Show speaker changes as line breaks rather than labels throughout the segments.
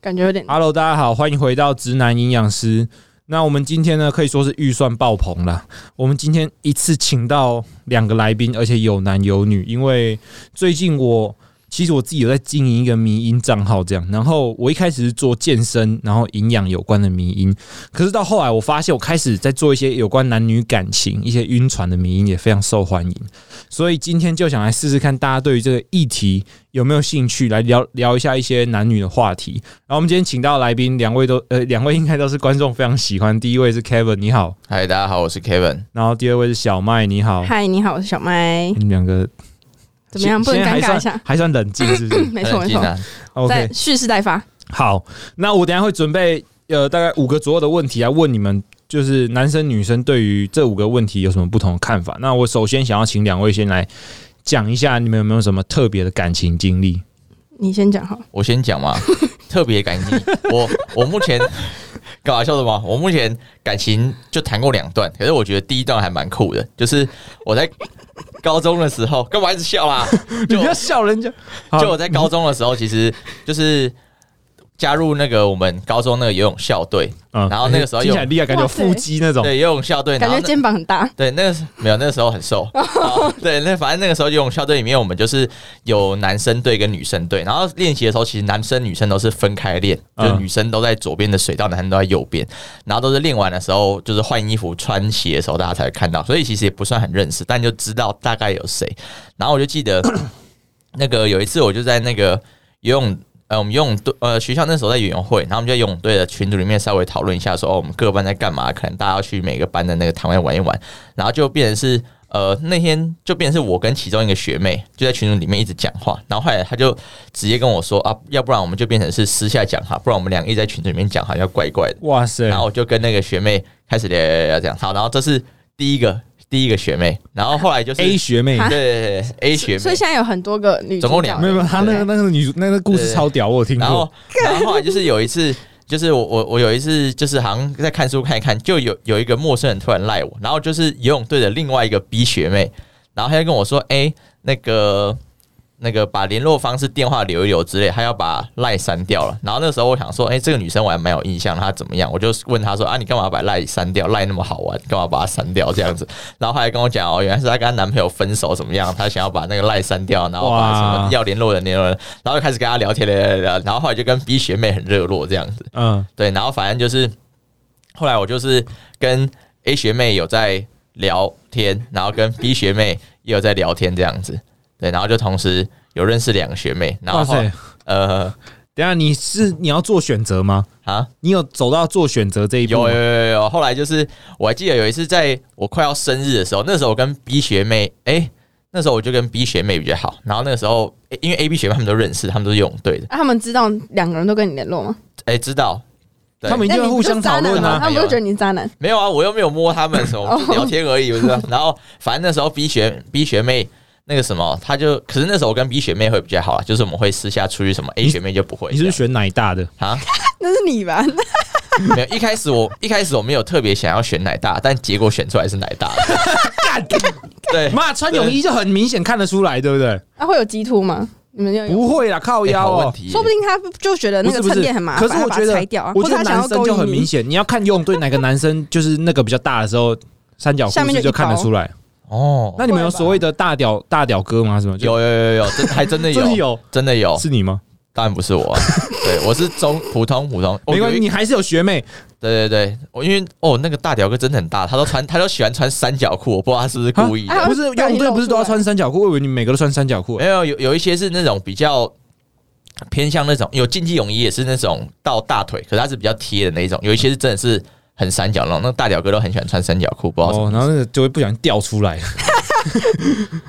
感觉有点
Hello，大家好，欢迎回到直男营养师。那我们今天呢，可以说是预算爆棚啦。我们今天一次请到两个来宾，而且有男有女。因为最近我其实我自己有在经营一个迷音账号，这样。然后我一开始是做健身，然后营养有关的迷音，可是到后来我发现，我开始在做一些有关男女感情、一些晕船的迷音，也非常受欢迎。所以今天就想来试试看，大家对于这个议题有没有兴趣，来聊聊一下一些男女的话题。然后我们今天请到的来宾，两位都呃，两位应该都是观众非常喜欢。第一位是 Kevin，你好；
嗨，大家好，我是 Kevin。
然后第二位是小麦，你好。
嗨，你好，我是小麦，
你们两个
怎么样？不能尴
现在嗯还
尬一
算
下？
还算冷静是 不是
没错，没
很近
错，
啊
在
？OK，
蓄势待发。
好，那我等一下会准备呃大概五个左右的问题来问你们，就是男生女生对于这五个问题有什么不同的看法？那我首先想要请两位先来讲一下，你们有没有什么特别的感情经历？
你先讲好，
我先讲嘛， 特别感情，我我目前 干嘛笑什么？我目前感情就谈过两段，可是我觉得第一段还蛮酷的，就是我在高中的时候，干嘛一直 笑啦？
你
就
不要笑人家，好
就我在高中的时候，其实就是加入那个我们高中那个游泳校队，
嗯
然后那个时候
听
有
起来厉害，感觉有腹肌那种。
对游泳校
哎
队，
感
然
觉
后那
肩膀很大，
对，那个时没有，那个时候很瘦。好对，那反正那个时候游泳校队里面，我们就是有男生队跟女生队，然后练习的时候，其实男生女生都是分开练，就是
嗯
女生都在左边的水道，男生都在右边，然后都是练完的时候，就是换衣服、穿鞋的时候，大家才会看到，所以其实也不算很认识，但就知道大概有谁。然后我就记得那个有一次，我就在那个游泳。呃，我们游泳队呃学校那时候在游泳会，然后我们就在游泳队的群组里面稍微讨论一下说，哦，我们各班在干嘛？可能大家要去每个班的那个摊位玩一玩。然后就变成是呃那天就变成是我跟其中一个学妹就在群组里面一直讲话，然后后来她就直接跟我说啊，要不然我们就变成是私下讲哈，不然我们俩一直在群组里面讲哈，要怪怪的。
哇塞
然！后我就跟那个学妹开始聊聊聊聊这样，好，然后这是第一个第一个学妹，然后后来就是
A 学妹，
对对对 A 学妹，
所以现在有很多个女主
总共
角
两
没
个
有，没有，他那个那个女那个故事超屌，我有听
然
过
后。然后后来就是有一次，就是我我我有一次就是好像在看书看一看，就有有一个陌生人突然赖我，然后就是游泳队的另外一个 B 学妹，然后她就跟我说：“哎、那个那个把联络方式、电话留一留之类，她要把赖删掉了。”然后那时候我想说：“哎、这个女生我还蛮有印象，她怎么样？”我就问她说：“啊，你干嘛把赖删掉？赖那么好玩，干嘛把它删掉？”这样子，然后后来跟我讲哦，原来是她跟她男朋友分手怎么样，她想要把那个赖删掉，然后把什
哇
么要联络人联络人，然后就开始跟她聊天，聊聊聊聊，然后后来就跟 B 学妹很热络这样子，
嗯，
对，然后反正就是后来我就是跟 A 学妹有在聊天，然后跟 B 学妹也有在聊天这样子，对，然后就同时有认识两个学妹，然
哇
后
塞！
呃
等一下你是你要做选择吗？
啊，
你有走到做选择这一步
有
吗？
有有有，后来就是我还记得有一次，在我快要生日的时候，那时候我跟 B 学妹，哎、那时候我就跟 B 学妹比较好，然后那个时候、诶因为 A、B 学妹她们都认识，她们都是游泳队的，
啊他们知道两个人都跟你联络吗？
哎、知道。对
他们一
那
定
你
会互相讨
不是渣
论
男吗
啊。
他们不会觉得你是渣男？
没有啊，我又没有摸他们 什么，
哦
我就聊天而已，不是啊。然后反正那时候 B 学 B 学妹那个什么，她就可是那时候我跟 B 学妹会比较好啊，就是我们会私下出去什么，A 学妹就不会
你是不
这样。
是选奶大的？
啊？
那是你吧？
没有，一开始我一开始我没有特别想要选奶大，但结果选出来是奶大 的。对，
妈，穿泳衣就很明显看得出来，对不对？
啊，会有鸡突吗？你们有？
不会啦，靠
欸
腰
好问
哦。
题耶，
说不定他就觉得那个
不是不是
衬垫很麻烦，
可是我
他把
觉
它
得
拆掉啊，
我
或
觉
者
得
他想
男
要
生就
勾
很明
引
显，你要看游泳队哪个男生就是那个比较大的时候，三角
下
裤
面
是
就
就
一
看得出来。
哦，
那你们有所谓的大屌大屌哥吗？什么？就
有有有有，真还真的有，
真的有，
真的有，
是你吗？
当然不 是我啊，对我是中普通普通，
没关
我
系，
有一
你还是有学妹。
对对对，我因为哦那个大屌哥真的很大，他都穿他都喜欢穿三角裤，我不知道他是不是故意的
啊，
不是游泳队不是都要穿三角裤？哎我以为你每个都穿三角裤。
没有有有一些是那种比较。偏向那种有竞技泳衣也是那种到大腿，可是它是比较贴的那一种。有一些是真的是很三角那种，那大屌哥都很喜欢穿三角裤，不知道什么
哦，。然后那个就会不小心掉出来。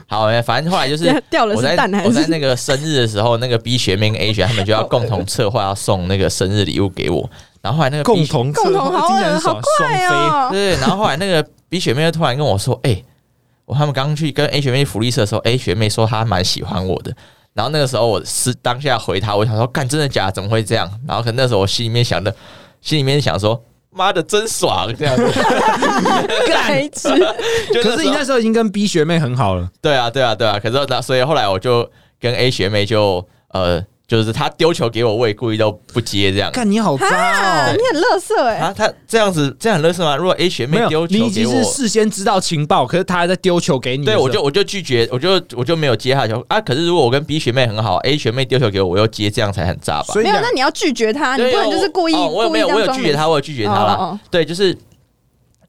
好，反正后来就是
掉了
我在
是蛋还
我在
是？
那个生日的时候，那个 B 学妹跟 A 学妹他们就要共同策划要送那个生日礼物给我。然后后来那个 B
共同
共同好
听起来
恶
很
好
爽，
怪
双飞。
哦！
对，然后后来那个 B 学妹又突然跟我说：“哎、我他们刚去跟 A 学妹福利社的时候，A 学妹说她蛮喜欢我的。”然后那个时候我是当下回她，我想说：“干，真的假的？怎么会这样？”然后可能那时候我心里面想的，心里面想说：“妈的，真爽！”这样 子，
白痴，啊
就
可是你
时候
那时候已经跟 B 学妹很好了，
啊对啊，对啊，对啊。可是那所以后来我就跟 A 学妹就呃就是他丢球给我，我也故意都不接这样。
干你好
啊，
渣哦！
你很乐色哎，
啊，他这样子这样很乐色吗？如果 A 学妹
没有，
丢
你
球
已
给
经
我，
是事先知道情报，可是他还在丢球给你的
对
时候。
我就我就拒绝，我就我就没有接他的球啊。可是如果我跟 B 学妹很好，A 学妹丢球给我，我又接，这样才很渣吧？
所以
没有，
两
那你要拒绝他，啊你
对
不能
我
就是故意
哦我有
故
没
意
有
这样
我有
装
拒
没
绝
事
他，我有拒绝他啦。
哦哦哦
对，就是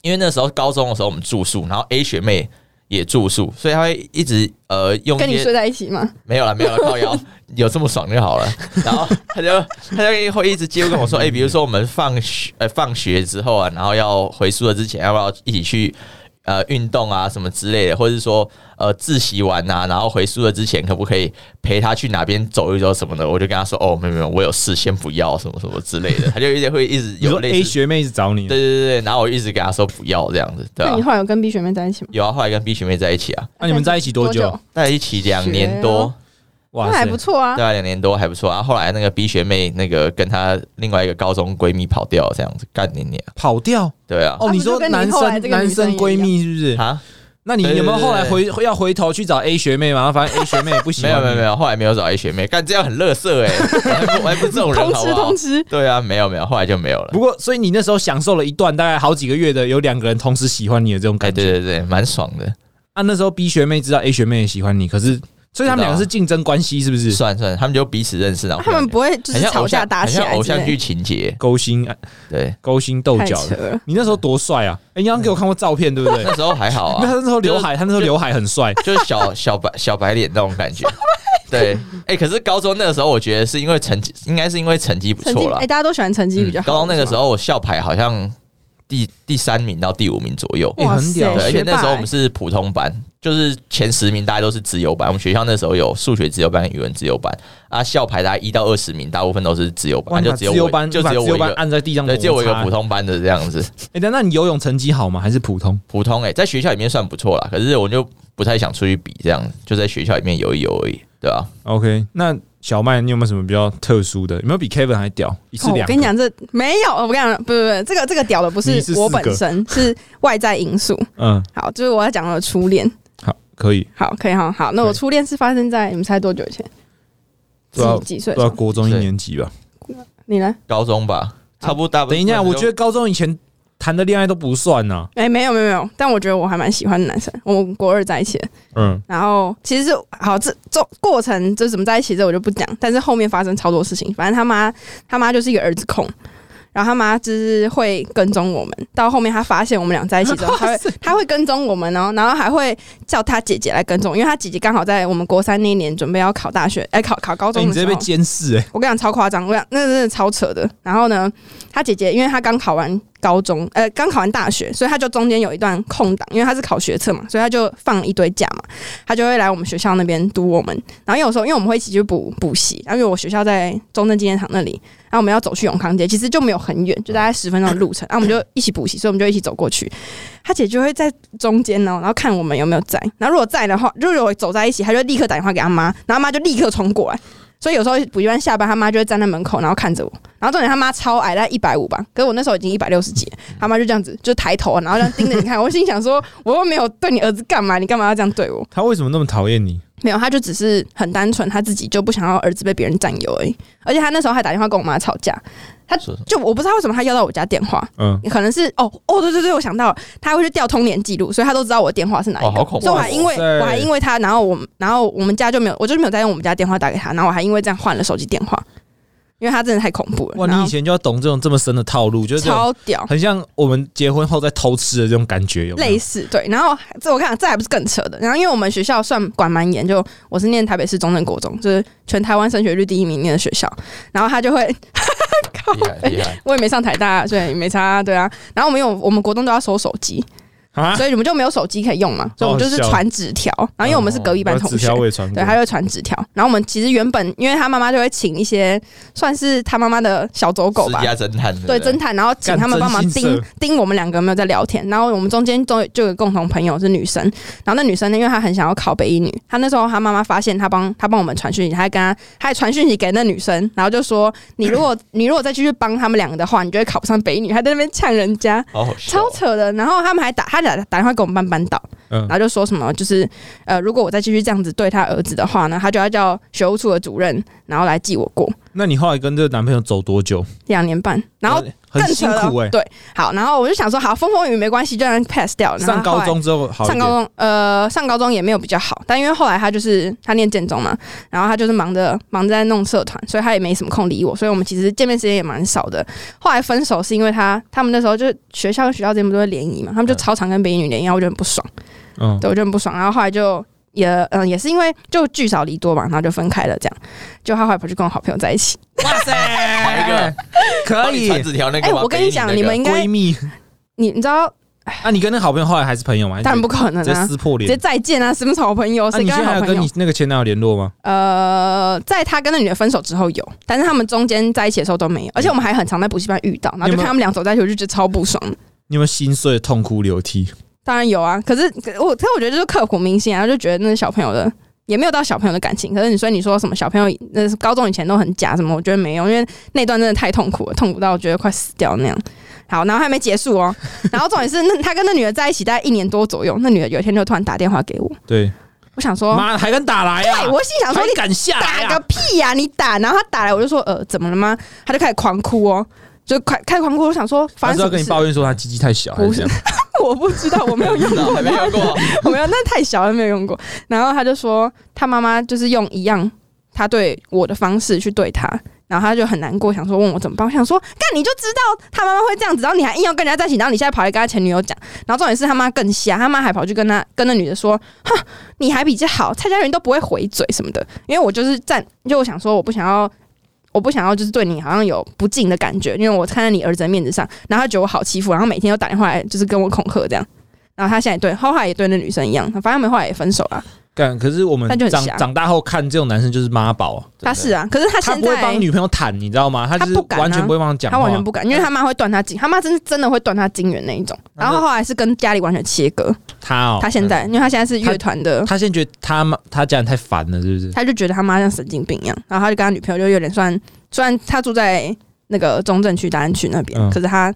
因为那时候高中的时候我们住宿，然后 A 学妹也住宿，所以她会一直呃用
跟
一
你
些
睡在一起吗？
没有了没有了靠腰，有这么爽 就好了。然后她就她就会一直接跟我说，哎、比如说我们放学呃放学之后啊，然后要回宿舍之前，要不要一起去？呃，运动啊，什么之类的，或者是说，呃，自习完啊，然后回宿舍之前，可不可以陪她去哪边走一走什么的？我就跟她说，哦，没有没有，我有事，先不要什么什么之类 的。她就一直会一直
你
有
说
类似
A 学妹一直找你，
对对对，对然后我一直给他说不要这样子，对吧、啊
那你后来有跟 B 学妹在一起吗？
有啊，后来跟 B 学妹在一起啊，
那你们在一起多久？
在一起两年
学
多
哦，
哇
那还不错啊
对。啊，两年多还不错啊。后来那个 B 学妹那个跟她另外一个高中闺蜜跑掉，这样子干你娘，
跑掉
对啊，
哦！
啊
你
不就
说
跟你
男
后来
生
这个
男
女生
生
一
闺
样
蜜是不是？
啊，
那你
对对
有没有
对
后来
对
回要回头去找 A 学妹嘛？然后发现 A 学妹也不喜
没
欢
有
你，
没有没有，后来没有找 A 学妹，干这样很乐 色哎，我还不我还不是这种人
通
好
吃
不好
通？吃，
对啊，没有没有，后来就没有了。
不过，所以你那时候享受了一段大概好几个月的有两个人同时喜欢你的这种
哎，
感觉。
对对对，蛮爽的，
啊，那时候 B 学妹知道 A 学妹也喜欢你，可是所以他们
啊
两个是竞争关系，是不是？
算算，他们就彼此认识，然后
他们不会就
很
是
像
吵
偶
架
像，
打
很
起
像
来
偶
之
像
类
剧
的，
情节，
勾心
对，
勾心斗
太
角
扯
的。
了。
你那时候多帅啊！哎、你刚刚给我看过照片，对 不对？
那时候还好啊
那， 他那时候刘海，他那时候刘海很帅。
就是小小白小白脸那种感觉。对，哎、可是高中那个时候，我觉得是因为成绩，应该是因为成绩不
成绩
错啦
哎，。大家都喜欢成绩比较
嗯
好。
高中那个时候，我校排好像第第三名到第五名左右。
哎
哇
很
塞，
屌
对，而且
哦学霸
那时候我
哎
们是普通班，就是前十名大家都是自由班。我们学校那时候有数学自由班、语文自由班啊，校排大概一到二十名，大部分都是自由
哇
班，啊
你
就
把自
只有
由
我，
班，
就
你把
只有
自
我
由
一
班
个，
按在地上摩
对，
擦。
只有我一个普。通班的这样子，
哎、但那你游泳成绩好吗？还是普通？
普通哎、在学校里面算不错啦，可是我就不太想出去比，这样就在学校里面游一游而已，对吧、
OK，那小麦，你有没有什么比较特殊的？有没有比 Kevin 还屌？一次
哦
两、
我跟你，讲，这没有，我跟你讲，不不不，这个这个屌的不
你是
我
四个
本 身，是外在因素。
嗯，
好，就是我要讲我的初恋。
好，可以，
好，可以哈。好，那我
可以
初恋是发生在你们猜多久以前？
不知道
几几岁的
到
时候？
国中一
啊对
年级吧。
你呢？
高中吧，差不多大部分
等
都。
一下，我觉得高中以前谈的恋爱都不算啊呐、
哎、没有没有没有，但我觉得我还蛮喜欢的男生。我们国二在一起的，
嗯，
然后其实是好这这过程就是怎么在一起这我就不讲，但是后面发生超多事情。反正他妈他妈就是一个儿子控，然后他妈就是会跟踪我们。到后面他发现我们俩在一起 之后，他会他会跟踪我们哦，然后还会叫他姐姐来跟踪，因为他姐姐刚好在我们国三那一年准备要考大学，哎、考考高
哎
中
你
的
直
时
接
候。
被监视哎、
我跟你讲超夸张，我跟你讲那真的超扯的。然后呢，他姐姐因为她刚考完高中，呃，刚考完大学，所以她就中间有一段空档，因为她是考学测嘛，所以她就放一堆假嘛，她就会来我们学校那边堵我们。然后有时候因为我们会一起去补补习，然后因为我学校在中正纪念堂那里，然后我们要走去永康街，其实就没有很远，就大概十分钟的路程。然后我们就一起补习，所以我们就一起走过去。她姐就会在中间哦呢，然后看我们有没有在。然后如果在的话，如果走在一起，她就立刻打电话给她妈，然后她妈就立刻冲过来。所以有时候补习班下班，他妈就会站在门口，然后看着我。然后重点他妈超矮，在一百五吧，可是我那时候已经一百六十几了，他妈就这样子，就抬头，然后这样盯着你看。我心想说，我又没有对你儿子干嘛，你干嘛要这样对我？
他为什么那么讨厌你？
没有，他就只是很单纯，他自己就不想要儿子被别人占有而已。而且他那时候还打电话跟我妈吵架，他
是
就我不知道为什么他要到我家电话，
嗯，
可能是哦哦对对对，我想到了，他会去调通联记录，所以他都知道我的电话是哪一个。
哇好恐怖
所以我还因为
哇塞
我还因为他，然后我们然后我们家就没有，我就没有再用我们家电话打给他，然后我还因为这样换了手机电话，因为他真的太恐怖了。
哇，
然
你
后
以前就要懂这种这么深的套路，就是这种
超屌，
很像我们结婚后在偷吃的这种感觉，有没
类
有？
似对，然后这我看这还不是更扯的。然后因为我们学校算管蛮严，就我是念台北市中正国中，就是全台湾升学率第一名念的学校。然后他就会，
厉害厉害，
我也没上台大，所以没差，对啊。然后我们有我们国中都要收手机，
啊，
所以我们就没有手机可以用嘛，所以我们就是
好好笑哦
传纸条。然后因为我们是隔壁班
我
同
纸
学
条，我也传过
对，，他就会传纸条。然后我们其实原本因为他妈妈就会请一些算是他妈妈的小走狗
私
吧，
家侦探
对
不
侦探，然后请
干
他们帮忙
真心
盯
社
盯我们两个有没有在聊天。然后我们中间都有就有共同朋友是女生，然后那女生呢，因为她很想要考北一女，她那时候她妈妈发现她帮她帮我们传讯息，她还跟她她还传讯息给那女生，然后就说你如果你如果再继续帮他们两个的话，你就会考不上北一女，还在那边呛人家。
好好笑啊
超扯的。然后他们还打他，他打打电话给我们班班导，
嗯
然后就说什么就是呃，如果我再继续这样子对他儿子的话呢，他就要叫学务处的主任，然后来记我过
那你后来跟这个男朋友走多久？
两年半，然后。
很
更扯
辛
了
苦哎、
对，好，然后我就想说，好，风风雨雨没关系，就让它 pass 掉。哦然后
上高
后来
中之后好一
上高
点，
中，呃，上高中也没有比较好，但因为后来他就是他念建中嘛，然后他就是忙着忙着在弄社团，所以他也没什么空理我，所以我们其实见面时间也蛮少的。后来分手是因为他他们那时候就是学校跟学校之间不都会联谊嘛，他们就
嗯
超常跟北一女联谊，然后我就很不爽，
嗯，
对我就很不爽。然后后来就也嗯、也是因为就聚少离多嘛，然后就分开了这样。就他后来跑去跟我好朋友在一起，
哇哎
哪
塞
一个，
可
帮你
以
传纸条那个
哎、
吗？
我跟
北
你
影那
讲，
个
你们应该
闺蜜。
你你知道，
那你跟那个好朋友后来还是朋友吗？
当然不可能
直接
啊。
撕破
直
脸
接。再见啊！什啊么是好朋友？
那
谁
你
跟
现
他
在
好
还有
朋
跟
友
你？那个前男友联络吗？
呃，在他跟那女的分手之后有，但是他们中间在一起的时候都没有，而且我们还很常在补习班遇到，然后
嗯你有
就
没有
看他们俩走在一起，我就觉得超不爽的。
你有没有心碎、痛哭流涕？
当然有啊，可是可我，可是我觉得就是刻骨铭心啊，就觉得那是小朋友的，也没有到小朋友的感情。可是你说你说什么小朋友，那是高中以前都很假什么，我觉得没有，因为那段真的太痛苦了，痛苦到我觉得快死掉那样。好，然后还没结束哦，然后重点是那他跟那女的在一起大概一年多左右，那女的有一天就突然打电话给我，
对，
我想说，
妈的还敢打来啊
哦对！我心想说
还
你
敢下来
打个
啊！
屁呀、你打！然后他打来，我就说呃，怎么了吗？他就开始狂哭哦，就快开始狂哭。我想说，发
他
生
是要
什么
跟你
事？
抱怨说他鸡鸡太小，还是
不是
这样？
我不知道，我没有用
不知道
过，
还没用过，
我没有，那太小了，没有用过。然后他就说，他妈妈就是用一样他对我的方式去对他。然后他就很难过，想说问我怎么办。我想说，干你就知道他妈妈会这样子，然后你还硬要跟人家在一起，然后你现在跑来跟他前女友讲。然后重点是他妈更瞎，他妈还跑去跟他跟那女的说：“哼，你还比较好，蔡佳云都不会回嘴什么的。”因为我就是站，就我想说，我不想要，我不想要就是对你好像有不敬的感觉，因为我看在你儿子的面子上，然后他觉得我好欺负，然后每天都打电话来就是跟我恐吓这样。然后他现在也对，后来也对那女生一样，反正他们后来也分手了。
干，可是我们
但就很
长
瞎
长大后看这种男生就是妈宝啊，
他是啊，可是他
他
现
不会
在
帮女朋友坦，你知道吗？他就是
他不敢啊
完全不会帮他讲话，
他完全不敢，因为他妈会断他筋，他妈真是真的会断他筋源那一种。
那
然
就
后后来是跟家里完全切割。
他哦，
他现在，因为他现在是乐团的，
他现在觉得他妈他家人太烦了，是不是？
他就觉得他妈像神经病一样，然后他就跟他女朋友就有点算，虽然他住在那个中正区大安区那边，
嗯
可是他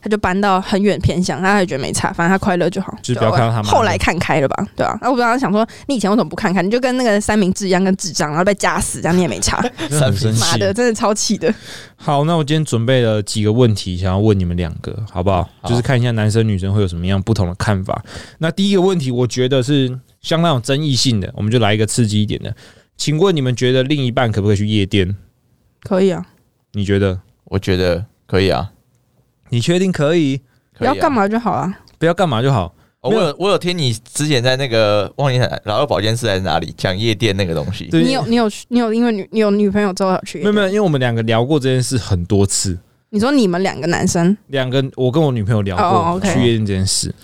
他就搬到很远偏乡，他还觉得没差，反正他快乐就好。
就是不要看到他妈
后来看开了吧，对啊。那我不知道他想说，你以前为什么不看开？你就跟那个三明治一样，跟智障，然后被夹死，这样你也没差。
真的很生
妈
气。
的，真的超气的。
好，那我今天准备了几个问题，想要问你们两个，好不好？
好
就是看一下男生女生会有什么样不同的看法。那第一个问题，我觉得是相当有争议性的，我们就来一个刺激一点的。请问你们觉得另一半可不可以去夜店？
可以啊，
你觉得？
我觉得可以啊，
你确定可以？
可以
要
啊
干？嘛就好啊。
不要干嘛就好。
哦我有我有听你之前在那个忘记老二保健室还是哪里讲夜店那个东西，
对
你有你有去你有因为女你有女朋友之后有去？
没有没有，因为我们两个聊过这件事很多次，
你说你们两个男生，
两个我跟我女朋友聊
哦
过去
，OK
夜店这件事，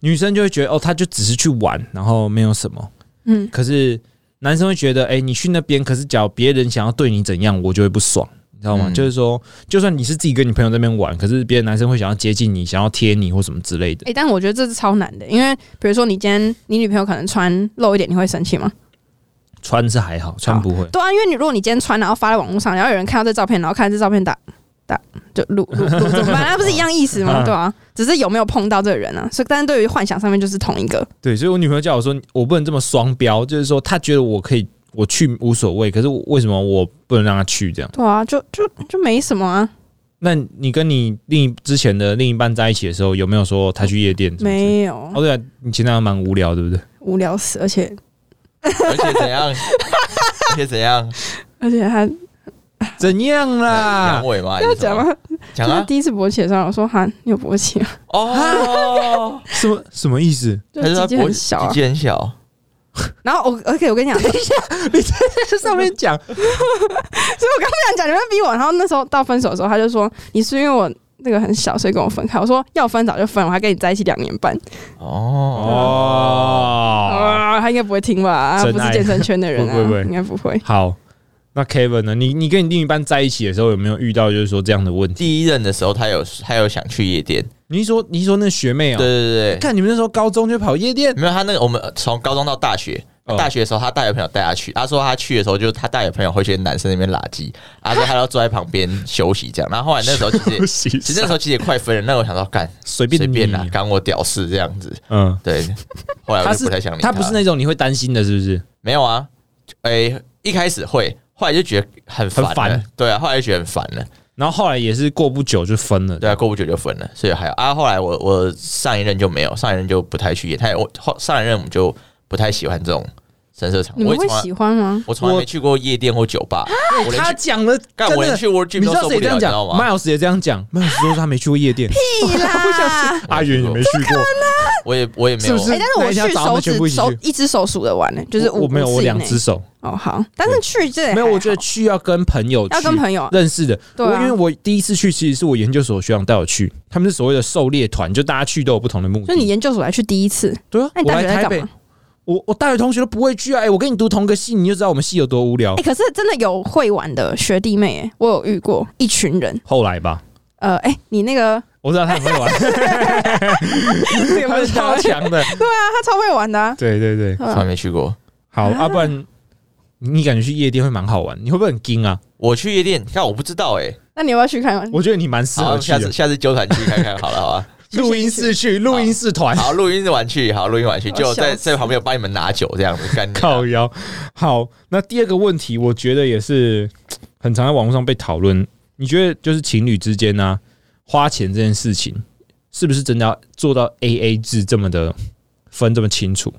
女生就会觉得哦，她就只是去玩，然后没有什么。
嗯，
可是男生会觉得，哎、你去那边，可是假如别人想要对你怎样，我就会不爽，你知道吗？
嗯
就是说，就算你是自己跟你朋友在那边玩，可是别的男生会想要接近你，想要贴你或什么之类的
哎、。但我觉得这是超难的，因为比如说你今天你女朋友可能穿露一点，你会生气吗？
穿是还好，穿不会。
对啊，因为你如果你今天穿，然后发在网络上，然后有人看到这照片，然后看这照片打打就录录录怎么办？那不是一样意思吗？
嗯
对啊，只是有没有碰到这个人啊？所以，但是对于幻想上面就是同一个，
对，所以我女朋友叫我说，我不能这么双标，就是说她觉得我可以，我去无所谓，可是我为什么我不能让她去这样？
对啊，就就就没什么啊，
那你跟你另一之前的另一半在一起的时候，有没有说他去夜店？。
没有
哦，对啊，你前男友蛮无聊，对不对？
无聊死，而且
而且 怎样，而且怎样，
而且他
怎样啦
阳？痿吗？
啊要
还是什
讲
么
吗？就
讲
是
啊，
第一次勃起的时候，我说哈，你有勃起 吗？啊
哦，
什么什么意思？
就
还是他
鸡鸡
脖
很小
子
啊
鸡。鸡很小，
然后我而且我跟你讲，所以
这上面讲
我刚刚讲你们逼我，然后那时候到分手的时候，他就说你是因为我那个很小，所以跟我分开。我说要分早就分，我还跟你在一起两年半。
哦
哦。
啊，他应该不会听吧？他
真
不是
爱
健身圈的人啊，
不不不
应该不会。
好，那 Kevin 呢？你你跟你另一半在一起的时候，有没有遇到就是说这样的问题？
第一任的时候，他有他有想去夜店，
你是说你是说那学妹
对
啊、
对对对，
看你们那时候高中就跑夜店，
没有他那个我们从高中到大学，
哦
大学的时候，他大学朋友带他去，他说他去的时候，就是他大学朋友会去男生那边拉鸡，他说他要坐在旁边休息这样。然后后来那时候其实 也，
其
其实那时候其实也快分了，那我想到干
随便
随便啦
你，
干我屌事这样子。
嗯，
对，后来我
他
就是不太想理
他不是那种你会担心的，是不是？
没有啊，哎、一开始会，后来就觉得很烦了，
很烦
对啊，后来就觉得很烦了，
然后后来也是过不久就分了，
对啊，过不久就分了，所以还有啊，后来我我上一任就没有，上一任就不太去夜店，我后上一任我们就不太喜欢这种深色场，
你
我
们
也从
会
来
喜欢吗？
我从来没去过夜店或酒吧，我连
啊他
去
讲了，
干我连去 World
你
Gym
知
都
道
受
谁
不
这
了，
样
你知
讲
道吗？
？Miles 也这样讲，Miles 说他没去过夜店，
屁 啦！
阿元也没去过，
我也我也没有，
是不是
哎、但是
那
我
一家
去
找他
手
们全部
指
一起
手
去
一只手数得完呢、就是
我
五
我没有，
五
我
次以
两
内
只手，
哦，好，但是去这也
没有，
还
我觉得
好
去要跟朋友去，
要跟朋友啊
认识的，
对
我
啊
因为我第一次去其实是我研究所学长带我去，他们是所谓的狩猎团，就大家去都有不同的目的。
就你研究所来去第一次，
对啊，
那你
我
大
来
学在
台
干
北
嘛，？
我我大学同学都不会去啊。哎、我跟你读同个系，你就知道我们系有多无聊
哎、。可是真的有会玩的学弟妹、欸，我有遇过一群人。
后来吧，
呃，哎、你那 个
我知道他很会玩，他
他
是超强 的。
他超会玩的、啊，
对对对，
从来没去过。
好啊，不然你感觉去夜店会蛮好玩，你会不会很惊啊？
我去夜店，但我不知道哎、
那你要不要去看看？
我觉得你蛮适合
好，
去
下次
的。
下次纠团去看看 好了，好吧？
录音室去，录音室团，
好，录音是玩 去，好，录音玩去，
我
就在
笑死
在旁边有帮你们拿酒这样子，干你啊
靠腰。好，那第二个问题，我觉得也是很常在网络上被讨论。你觉得就是情侣之间呢、花钱这件事情，是不是真的要做到 A A 制这么的分这么清楚？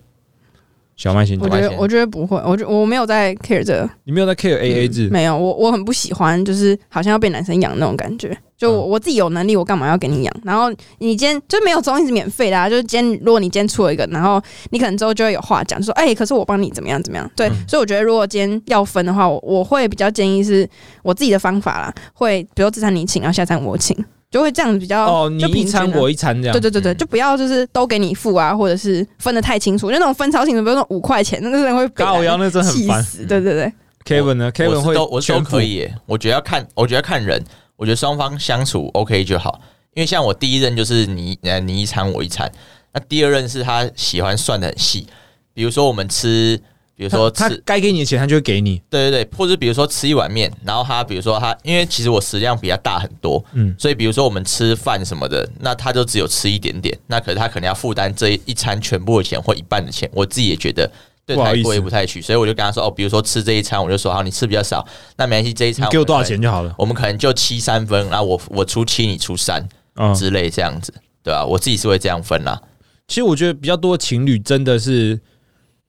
小麦先
我
讲，
觉
我发
得
现
我觉得不会，我觉我没有在 care 这个，
你没有在 care A A 制，
嗯没有，我我很不喜欢，就是好像要被男生养那种感觉。就我、我自己有能力，我干嘛要给你养？然后你今天就没有综艺是免费的啊，就是今天如果你今天出了一个，然后你可能之后就会有话讲，说哎、可是我帮你怎么样怎么样。对，所以我觉得如果今天要分的话，我我会比较建议是我自己的方法啦，会比如这餐你请，然后下餐我请，就会这样子比较
哦，你
就
一
平均啊
餐我一餐这样，嗯
对对对对，就不要就是都给你付啊，或者是分的太清楚，就那种分超清楚，比如说五块钱，那个人会被
高腰那真的很
气
烦。嗯
死。对对对，
Kevin 呢？Kevin
我
会
是都我是都
全付
可以、耶我觉得要看，我觉得要看人，我觉得双方相处 OK 就好。因为像我第一任就是你呃你一餐我一餐，那第二任是他喜欢算的很细，比如说我们吃，比如说
他他
吃，
该给你的钱他就会给你，
对对对，或者比如说吃一碗面，然后他比如说他，因为其实我食量比他大很多，
嗯，
所以比如说我们吃饭什么的，那他就只有吃一点点，那可是他可能要负担这一餐全部的钱或一半的钱，我自己也觉得。对
不好
他
意思
过意不太去，所以我就跟他说哦，比如说吃这一餐，我就说好，你吃比较少，那没关系，这一
你
餐
给我
们
多少
可能
钱就好了。
我们可能就七三分，然后我我出七，你出三
嗯，
之类这样子，对吧、我自己是会这样分啦。
其实我觉得比较多的情侣真的是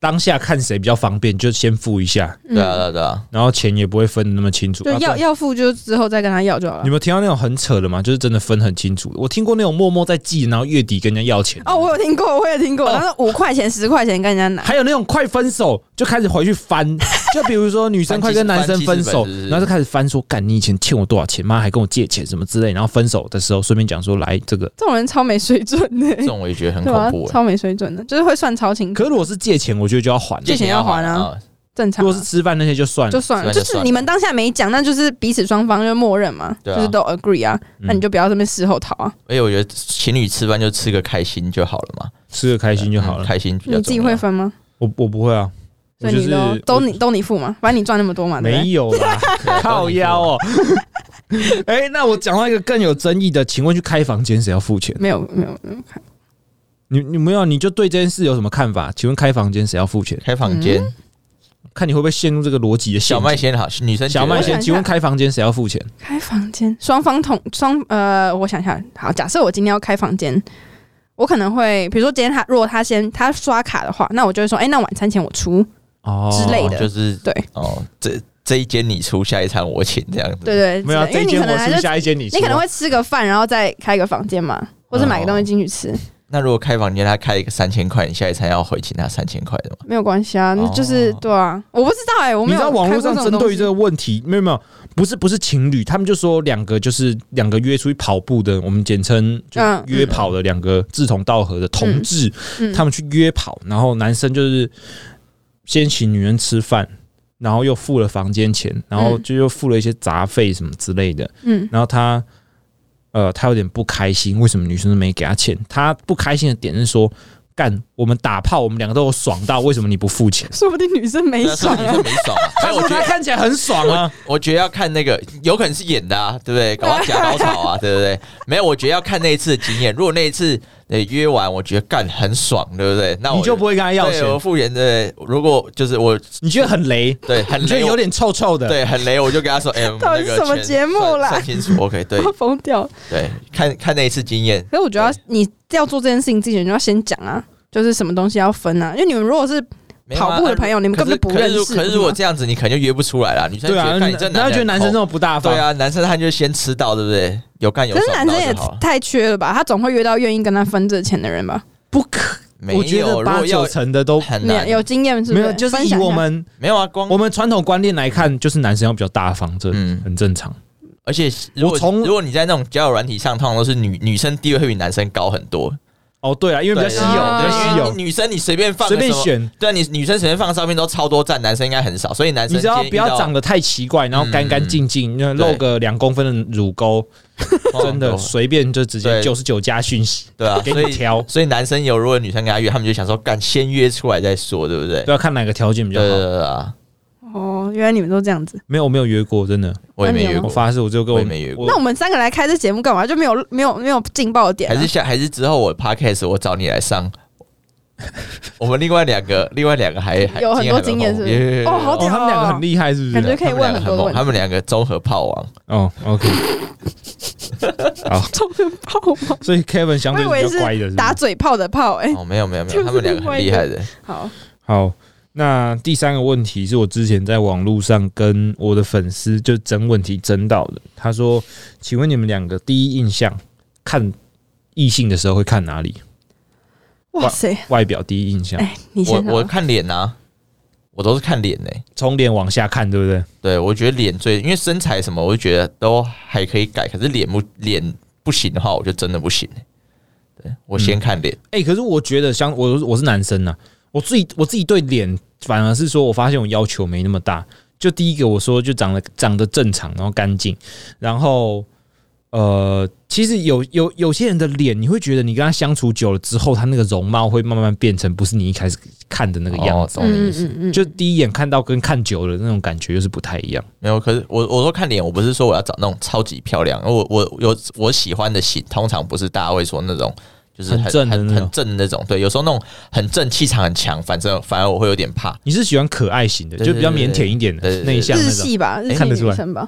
当下看谁比较方便，就先付一下，
嗯
对啊，对啊，对啊，
然后钱也不会分的那么清楚。
就
啊
要
对
要付就之后再跟他要就好
你
了。
有没有听到那种很扯的嘛？就是真的分很清楚。我听过那种默默在记，然后月底跟人家要钱。
哦，我有听过，我也听过，
哦
他说五块钱、十块钱跟人家拿，
还有那种快分手就开始回去 翻，就比如说女生快跟男生分手
翻记事本是不，是
然后就开始翻说，干你以前欠我多少钱，妈还跟我借钱什么之类，然后分手的时候顺便讲说来这个。
这种人超没水准的，
这种我也觉得很
对吧
恐怖、？欸。
超没水准的，就是会算超清楚
可，是如果是借钱，我觉得就要还了。
借钱要还啊，正常
如
啊。
果是吃饭那些就算
就
了，
算了，
吃
就
完就算
是
了
你们当下没讲，那就是彼此双方就默认嘛，
对啊
就是都 agree 啊，
嗯
那你就不要这边事后逃啊，
而且我觉得情侣吃饭就吃个开心就好了嘛，
吃的开心就好
嗯
了。
开心比较重要。
你自己会分吗？
我我不会啊，我
所以
就
你
是
都
我
都你都你付嘛，反正你赚那么多嘛，对不对？
没有啦，
对
靠腰 哦。哎、那我讲到一个更有争议的，请问去开房间谁要付钱？
没有没有没有，
你你没有，啊你就对这件事有什么看法？请问开房间谁要付钱？
开房间，
嗯
看你会不会陷入这个逻辑的陷
小
阱
麦先好，女生
小麦
我想
先，
一下
请问开房间谁要付钱？
开房间双方同双呃，我想想，好，假设我今天要开房间，我可能会比如说今天他如果他先他刷卡的话，那我就会说，哎、那晚餐钱我出，
哦
之类的
就是
对
哦，这这一间你出，下一餐我请这样子。
对对
没有啊，
之类
这一
因为你可
间
能
我
还
出，
是
下一间你出啊。
你可能会吃个饭，然后再开个房间嘛，或者买个东西进去
哦
吃，
那如果开房间，他开一个三千块，你下一餐要回请他三千块的吗？
没有关系啊，那
哦
就是对啊，我不知道哎、我
你
没
知
有
道网络上
看过
针
种东
对于
西
这个问题，没有没有，不是不是情侣，他们就说两个就是两个约出去跑步的，我们简称就
嗯
约跑的两个志同道合的同志，
嗯
他们去约跑，然后男生就是先请女人吃饭。然后又付了房间钱，然后就又付了一些杂费什么之类的。
嗯
然后他，呃，他有点不开心，为什么女生都没给他钱？他不开心的点是说，干，我们打炮，我们两个都有爽到，为什么你不 付钱？
说不定女生没
那时候
爽
你就
啊，
没 爽啊。所
但
以
是
我觉
他
得，
看起来很爽啊
我！我觉得要看那个，有可能是演的啊，对不对？搞到假高潮啊，对不对？没有，我觉得要看那一次的经验。如果那一次呃约完，我觉得干很爽，对不对？那我
你就不会跟他要
对我
钱，
付钱对不对。如果就是我
你觉得很雷，
对很
你觉得
累，
有
我
点臭臭的，，
对很累，我就跟他说，哎，
到底是
那个
什么
钱
节目
算
啦
算清楚，OK，对
我疯掉。
对，看看那一次经验。
可是我觉得要你要做这件事情之前，就要先讲啊，就是什么东西要分啊，因为你们如果是
没有啊
跑步的朋友，你们
可
根
是
本就不认识。
可是可是如果这样子，你可能就约不出来了。女生
对啊，
觉得干你这
然后觉得男生这
种
么不大方，
对，啊，男生他就先吃到，对不对？有干有
可
爽
是男生也
然后就好了
太缺了吧？他总会约到愿意跟他分这钱的人吧？
不可，
没
我觉
有，
得
如
八
果
九
要
成 的都
很
你
难，
有经验是不
没
是？
有，就是
分
以
享一下
我们
没有啊？光
我们传统观念来看，就是男生要比较大方，这
嗯
很正常。
而且如果
我从
如果你在那种交友软体上，通常都是女女生地位会比男生高很多，
哦，对啊，因为比较
对
稀有，
对啊
比较稀
因为
有，
你女生你随便放
随便
个什么，
选，
对啊，你女生随便放的照片都超多赞，男生应该很少，所以男生
你只要不要长得
得
太奇怪，然后干
嗯
干净净，那露个两公分的乳沟，真的随便就直接
哦对
九十九加讯息
对啊，
给
所
你
以
挑，
所以男生有如果女生跟他约，他们就想说干先约出来再说，对不对？
都要看哪个条件比较
对对
好。
对啊，
哦，原来你们都这样子。
没有，我没有约过，真的，
我也没约
我
过。
发誓，我就跟
哦我
我
也没约过
那我们三个来开这节目干嘛？就没有没有没有劲爆的点啊、
还是下还是之后我 podcast 我找你来上。我们另外两个，另外两个还还
有很多经验
还蛮
是
丰富
不是
有有有有
哦好
哦，他们两个很厉害，是不
感觉
是？
可以
啊他们
问
两个
很多
很
的
猛，
问
他
题。
们两个综合炮王，
哦，OK，
中文炮吗？
所以 Kevin 相
我
对
以
是
为
比较乖的，
是
是不
打
是？
嘴炮的炮，哎、
哦，没有没有没
就
有，
是
他们两个很厉害的，
好，
好。那第三个问题是我之前在网络上跟我的粉丝就争问题争到的。他说：“请问你们两个第一印象看异性的时候会看哪里？
哇塞，
外表第一印象
哎、，你
我
先好
我
了
看脸啊，我都是看脸呢、
从脸往下看，对不对？
对，我觉得脸最，因为身材什么，我就觉得都还可以改，可是脸不脸不行的话，我就真的不行、欸。对我先
嗯
看脸，
哎、可是我觉得像我我是男生呐、我自己我自己对脸反而是说，我发现我要求没那么大。就第一个我说，就长得长得正常，然后干净，然后呃，其实有有有些人的脸，你会觉得你跟他相处久了之后，他那个容貌会慢慢变成不是你一开始看的那个样
哦
子。
懂你意思。
嗯嗯
就第一眼看到跟看久了那种感觉又是不太一样。
没有，可是我我说看脸，我不是说我要找那种超级漂亮，我我有我喜欢的型，通常不是大家会说那种就是很
很正的
很
那种
很正的那种，对，有时候那种很正气场很强，反正反而我会有点怕，
你是喜欢可爱型的，
对
就比较
对对
腼腆一点
对对
的
对
内向
日
那种
系吧，日
哎看得
系
出
女
来
生吧，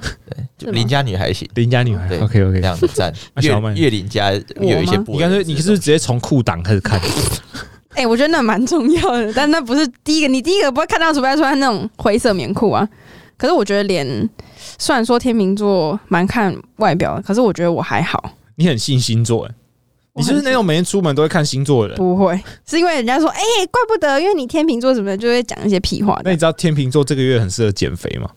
就是
吗
邻家女孩型，
邻家女孩
对。
OK
这
OK，
样子
，
站
啊
越
小曼
越邻家越有一些
我吗
不为人知
你干脆
的东西。
你是不是直接从裤裆开始看？
哎、我觉得那蛮重要的，但那不是第一个，你第一个不会看到，除非他穿那种灰色棉裤啊。可是我觉得脸，虽然说天秤座蛮看外表的，可是我觉得我还好，
你很信星座哎、
我
你是不是
很
那种每天出门都会看星座的人？
不会，是因为人家说，哎、怪不得，因为你天秤座什么的，就会讲一些屁话
那
的
你。知道天秤座这个月很适合减肥吗？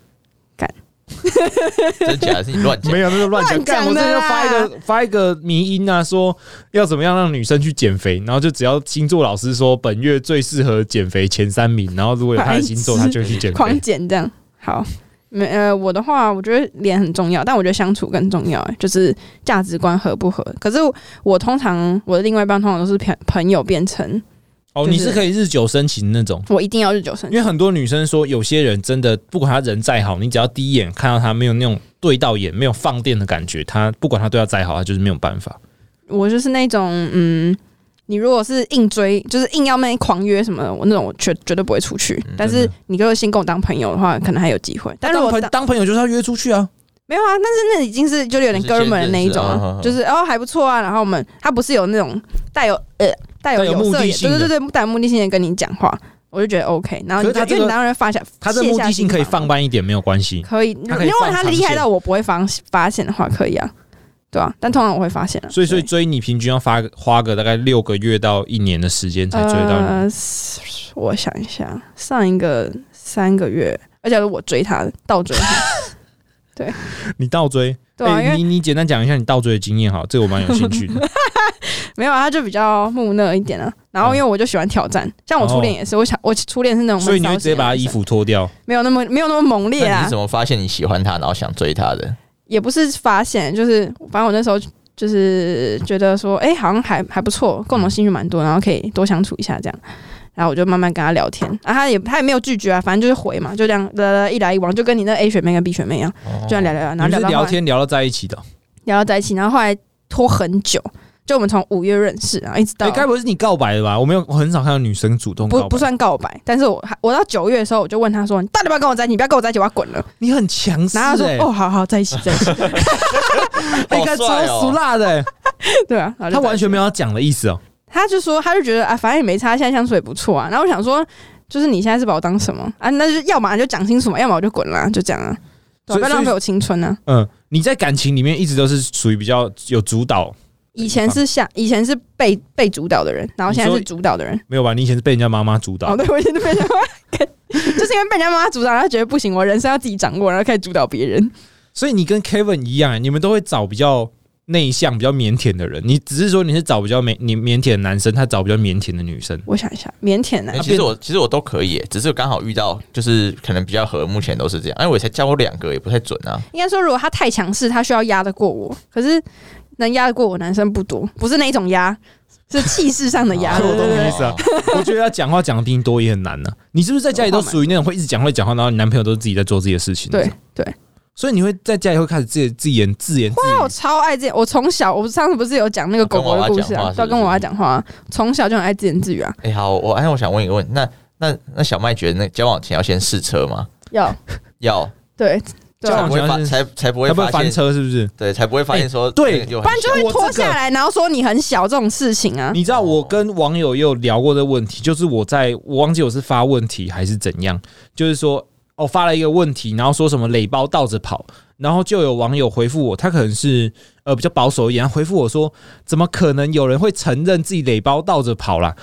真假的是你 乱讲？
没有，那就乱讲。
乱
干，
讲啊
我
的
这就
啦
发一个发一个迷音啊，说要怎么样让女生去减肥，然后就只要星座老师说本月最适合减肥前三名，然后如果有他的星座，
白
他
痴
就会去 减
狂
肥。
减这样。好，没呃，我的话，我觉得脸很重要，但我觉得相处更重要，欸就是价值观合不合。可是我我通常我的另外一半通常都是朋朋友变成
哦，
就是
你是可以日久生情那种。
我一定要日久生
因为很多女生说，有些人真的不管他人再好，你只要第一眼看到他没有那种对到眼、没有放电的感觉，他不管他对他再好，他就是没有办法。
我就是那种，嗯，你如果是硬追，就是硬要那狂约什么的，我那种我绝绝对不会出去。但
真
是
的
你如果先跟我当朋友的话，可能还有机会。但是
当
我
朋
当
当朋友就是要约出去啊，
没有啊，但是那已经是就是有点哥们的那一种啊，
就
就是哦还不错啊。然后我们他不是有那种带有呃带有
带有
有
目
色
的
眼，
性
对
的
对对对，带有目的性的跟你讲话，我就觉得 OK。然后
可
你就
是他
因
这
为
个
你当然发现
他的目的性可以放。慢一点，没有关系。
可以，如
他可
果
以
如果
放
他
长
厉害
线
到我不会发发现的话，可以啊，对啊，但通常我会发现啊，
所以，所以
对
追你平均要发花个大概六个月到一年的时间才追到你。
呃，我想一下，上一个三个月，而且是我追他的，倒追 他，
你倒追，
对啊，
哎
因为
你你简单讲一下你倒追的经验好，这个我蛮有兴趣的。
没有啊，他就比较木讷一点啊。然后因为我就喜欢挑战，像我初恋也是，我想 我初恋是那种闷骚
哦所以
型
你
的女
会
生，
直接把他衣服脱掉，
没有那么没有那么猛烈
那你
啊
是怎，么发现你喜欢他，然后想追他的？
也不是发现，就是反正我那时候就是觉得说，哎、好像还还不错，共同兴趣蛮多，然后可以多相处一下这样。然后我就慢慢跟他聊天，啊，他也他也没有拒绝啊，反正就是回嘛，就这样呃一来一往，就跟你那 A 学妹跟 B 学妹一样，
哦
就这
哦
样聊聊聊，然
你
后
们
聊
是
到后
聊
来
天聊到在一起的哦？
聊到在一起，然后后来拖很久，就我们从五月认识，然后一直到
哎，该不会是你告白的吧？我没有，我很少看到女生主动告白。
啊不不，算告白，但是我还我到九月的时候，我就问他说：“你到底要不要跟我在一起？你不要跟我在一起，我要滚了。
你很强”势
然后他说：“
哎，
哦，好好，在一起，在一起。
哎，看超俗辣的，哎”
对啊，然后
他
就在一
完
起
全没有要讲的意思哦。
他就说，他就觉得啊，反正也没差，现在相处也不错啊。然后我想说，就是你现在是把我当什么啊？那就要么就讲清楚嘛，要么我就滚了啊、就这样啊，对啊
所
不
以
要浪费我青春啊！
嗯，你在感情里面一直都是属于比较有主导，
以前是下，以前是被被主导的人，然后现在是主导的人。
没有吧？你以前是被人家妈妈主导
哦，，对，我以前就被人家 妈妈，就是因为被人家妈妈主导，然后觉得不行，我人生要自己掌握，然后开始主导别人。
所以你跟 Kevin 一样，你们都会找比较内向、比较腼腆的人。你只是说你是找比较腼你腼腆的男生，他找比较腼腆的 女生。
我想一下，腼腆啊男
哎、其实我其实我都可以耶，只是刚好遇到就是可能比较合，目前都是这样。哎，我才教过两个，也不太准啊。
应该说，如果他太强势，他需要压得过我。可是能压得过我男生不多，不是那一种压，是气势上的压。
啊
对
我
对
懂
对
你
对
意思啊。 我觉得要讲话讲的比你多也很难呢、你是不是在家里都属于那种会一直讲话讲话，然后你男朋友都是自己在做自己的事情？
对，对，
所以你会在家里会开始自己自言自言自
哇，我
语。
超爱自己。我从小，我上次不是有讲那个狗狗的故事啊，都要跟我妈讲话、啊，从小就很爱自言自语啊。
哎、好，我哎，我想问一个问，那那那小麦觉得那交往前要先试车吗？
要
要，
对对
交
才
啊，
往
不会
前
发，
要先
才才不
他
会
不会
发
翻
现，
车是不是？
对，才不会发现说、
对
那个就
不
很
然就
小
会
我这
脱
个
下来，然后说你很小这种事情啊。
你知道我跟网友也有聊过的问题，就是我在我忘记我是发问题还是怎样，就是说哦发了一个问题，然后说什么垒包倒着跑，然后就有网友回复我，他可能是呃比较保守一点，他回复我说怎么可能有人会承认自己垒包倒着跑啦？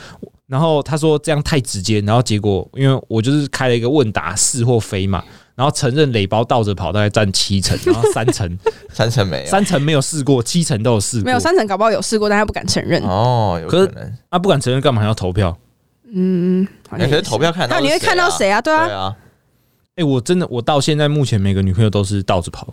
然后他说这样太直接，然后结果因为我就是开了一个问答是或非嘛，然后承认垒包倒着跑大概占七成，然后三 成
三啊成没有。
三成没有试过，七成都有试过，
没有三层搞不好有试过，但他不敢承认。
哦，有
可是
可能。
啊不敢承认干嘛还要投票？
嗯，好
哎
像
可
也
是投票看
那
到、
你会看到？谁啊？对啊
对，啊，
哎、我真的，我到现在目前每个女朋友都是倒着跑。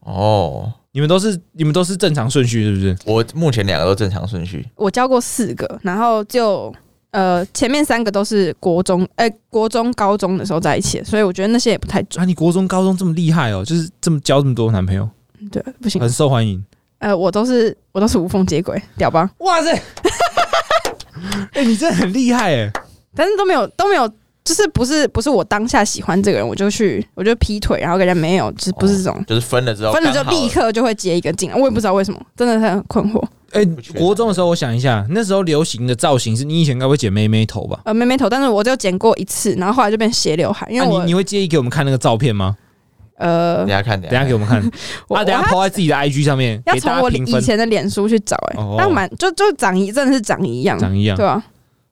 哦，
你们都是你们都是正常顺序是不是？
我目前两个都正常顺序。
我教过四个，然后就呃前面三个都是国中，哎、国中、高中的时候在一起的，所以我觉得那些也不太准。
啊，你国中、高中这么厉害哦，就是这么交这么多男朋友，
对，不行，
很受欢迎。
呃，我都是我都是无缝接轨，屌吧？
哇塞！ 哎、你真的很厉害哎！
但是都没有都没有，就是不是不是我当下喜欢这个人，我就去我就劈腿，然后跟人家没有，就是不是这种。
就是分了之后，
分了就
刚好
立刻就会接一个进来，我也不知道为什么，真的是很困惑。
哎、
不缺
国中的时候，我想一下，那时候流行的造型是你以前该不会剪妹妹头吧？
呃，妹妹头，但是我就剪过一次，然后后来就变斜刘海，因为
啊、
我、
你你会介意给我们看那个照片吗？
呃
等一，下看，
等一下
看
给我们看，
我
啊，等一
我
下
还
抛在自己的 IG 上面，
要
给
从
大家
我
评
以
分，
前的脸书去找、欸，
哦
但蛮就就长一真的是长一样，
长一样
对。啊。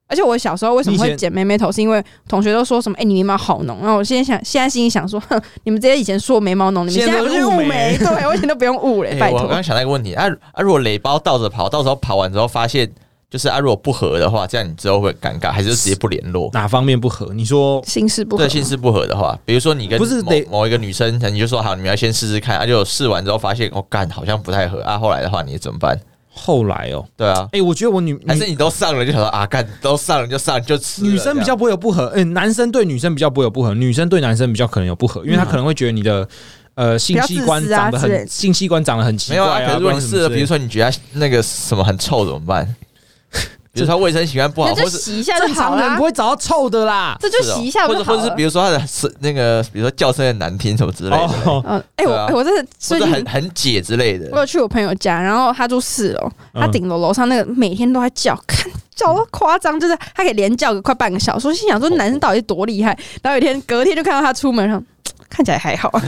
而且我小时候为什么
你以
会
前
剪妹妹头，是因为同学都说什么“哎、你眉毛好浓”，然后我现在想，现在心里想说，哼，你们这些以前说我眉毛浓，你们
现
现
在
在不是
都是雾
雾
眉
眉，对我以前都不用雾嘞、
哎
拜
我
托
刚。刚想到一个问题，啊啊，如果垒包倒着跑，到时候跑完之后发现，就是啊，如果不合的话，这样你之后会很尴尬，还是就直接不联络？
哪方面不合？你说
心事不合
对，，性事不合的话，比如说你跟
不是
某
垒
某一个女生，你就说好，你们要先试试看，啊，就试完之后发现，哦，干，好像不太合，啊，后来的话你怎么办？
后来哦，
对啊，
哎、我觉得我女
还是你都上了就想说啊，干，都上了就上了就吃了
女生比较不会有不合，嗯、男生对女生比较不会有不合，女生对男生比较可能有不
嗯
合，因为他可能会觉得你的呃性器官
比较自私啊
长得
之类
很
的
性器官长得很奇
没
怪
有啊，可是如
不
果
然
你
什么之
试了，
类的
比如说你觉得他那个什么很臭怎么办？ 比如说他卫生习惯不好，
那
或
就是洗一下就
正
好
常人
啦
不，会找到臭的啦。
这就洗一下
或
不
者
就好啊
或者是
了
比。如说他的是那个，比如说叫声很难听什么之类的，
哦，
嗯，哎、我
对啊
哎、我真的
或
最
者
近
很很解之类的
我。有去我朋友家，然后他住四楼，他
嗯
顶楼楼上那个每天都在叫，看叫到夸张，就是他可以连叫个快半个小时。我心想说，
哦
男生到底多厉害？然后有一天隔天就看到他出门上，看起来还好啊，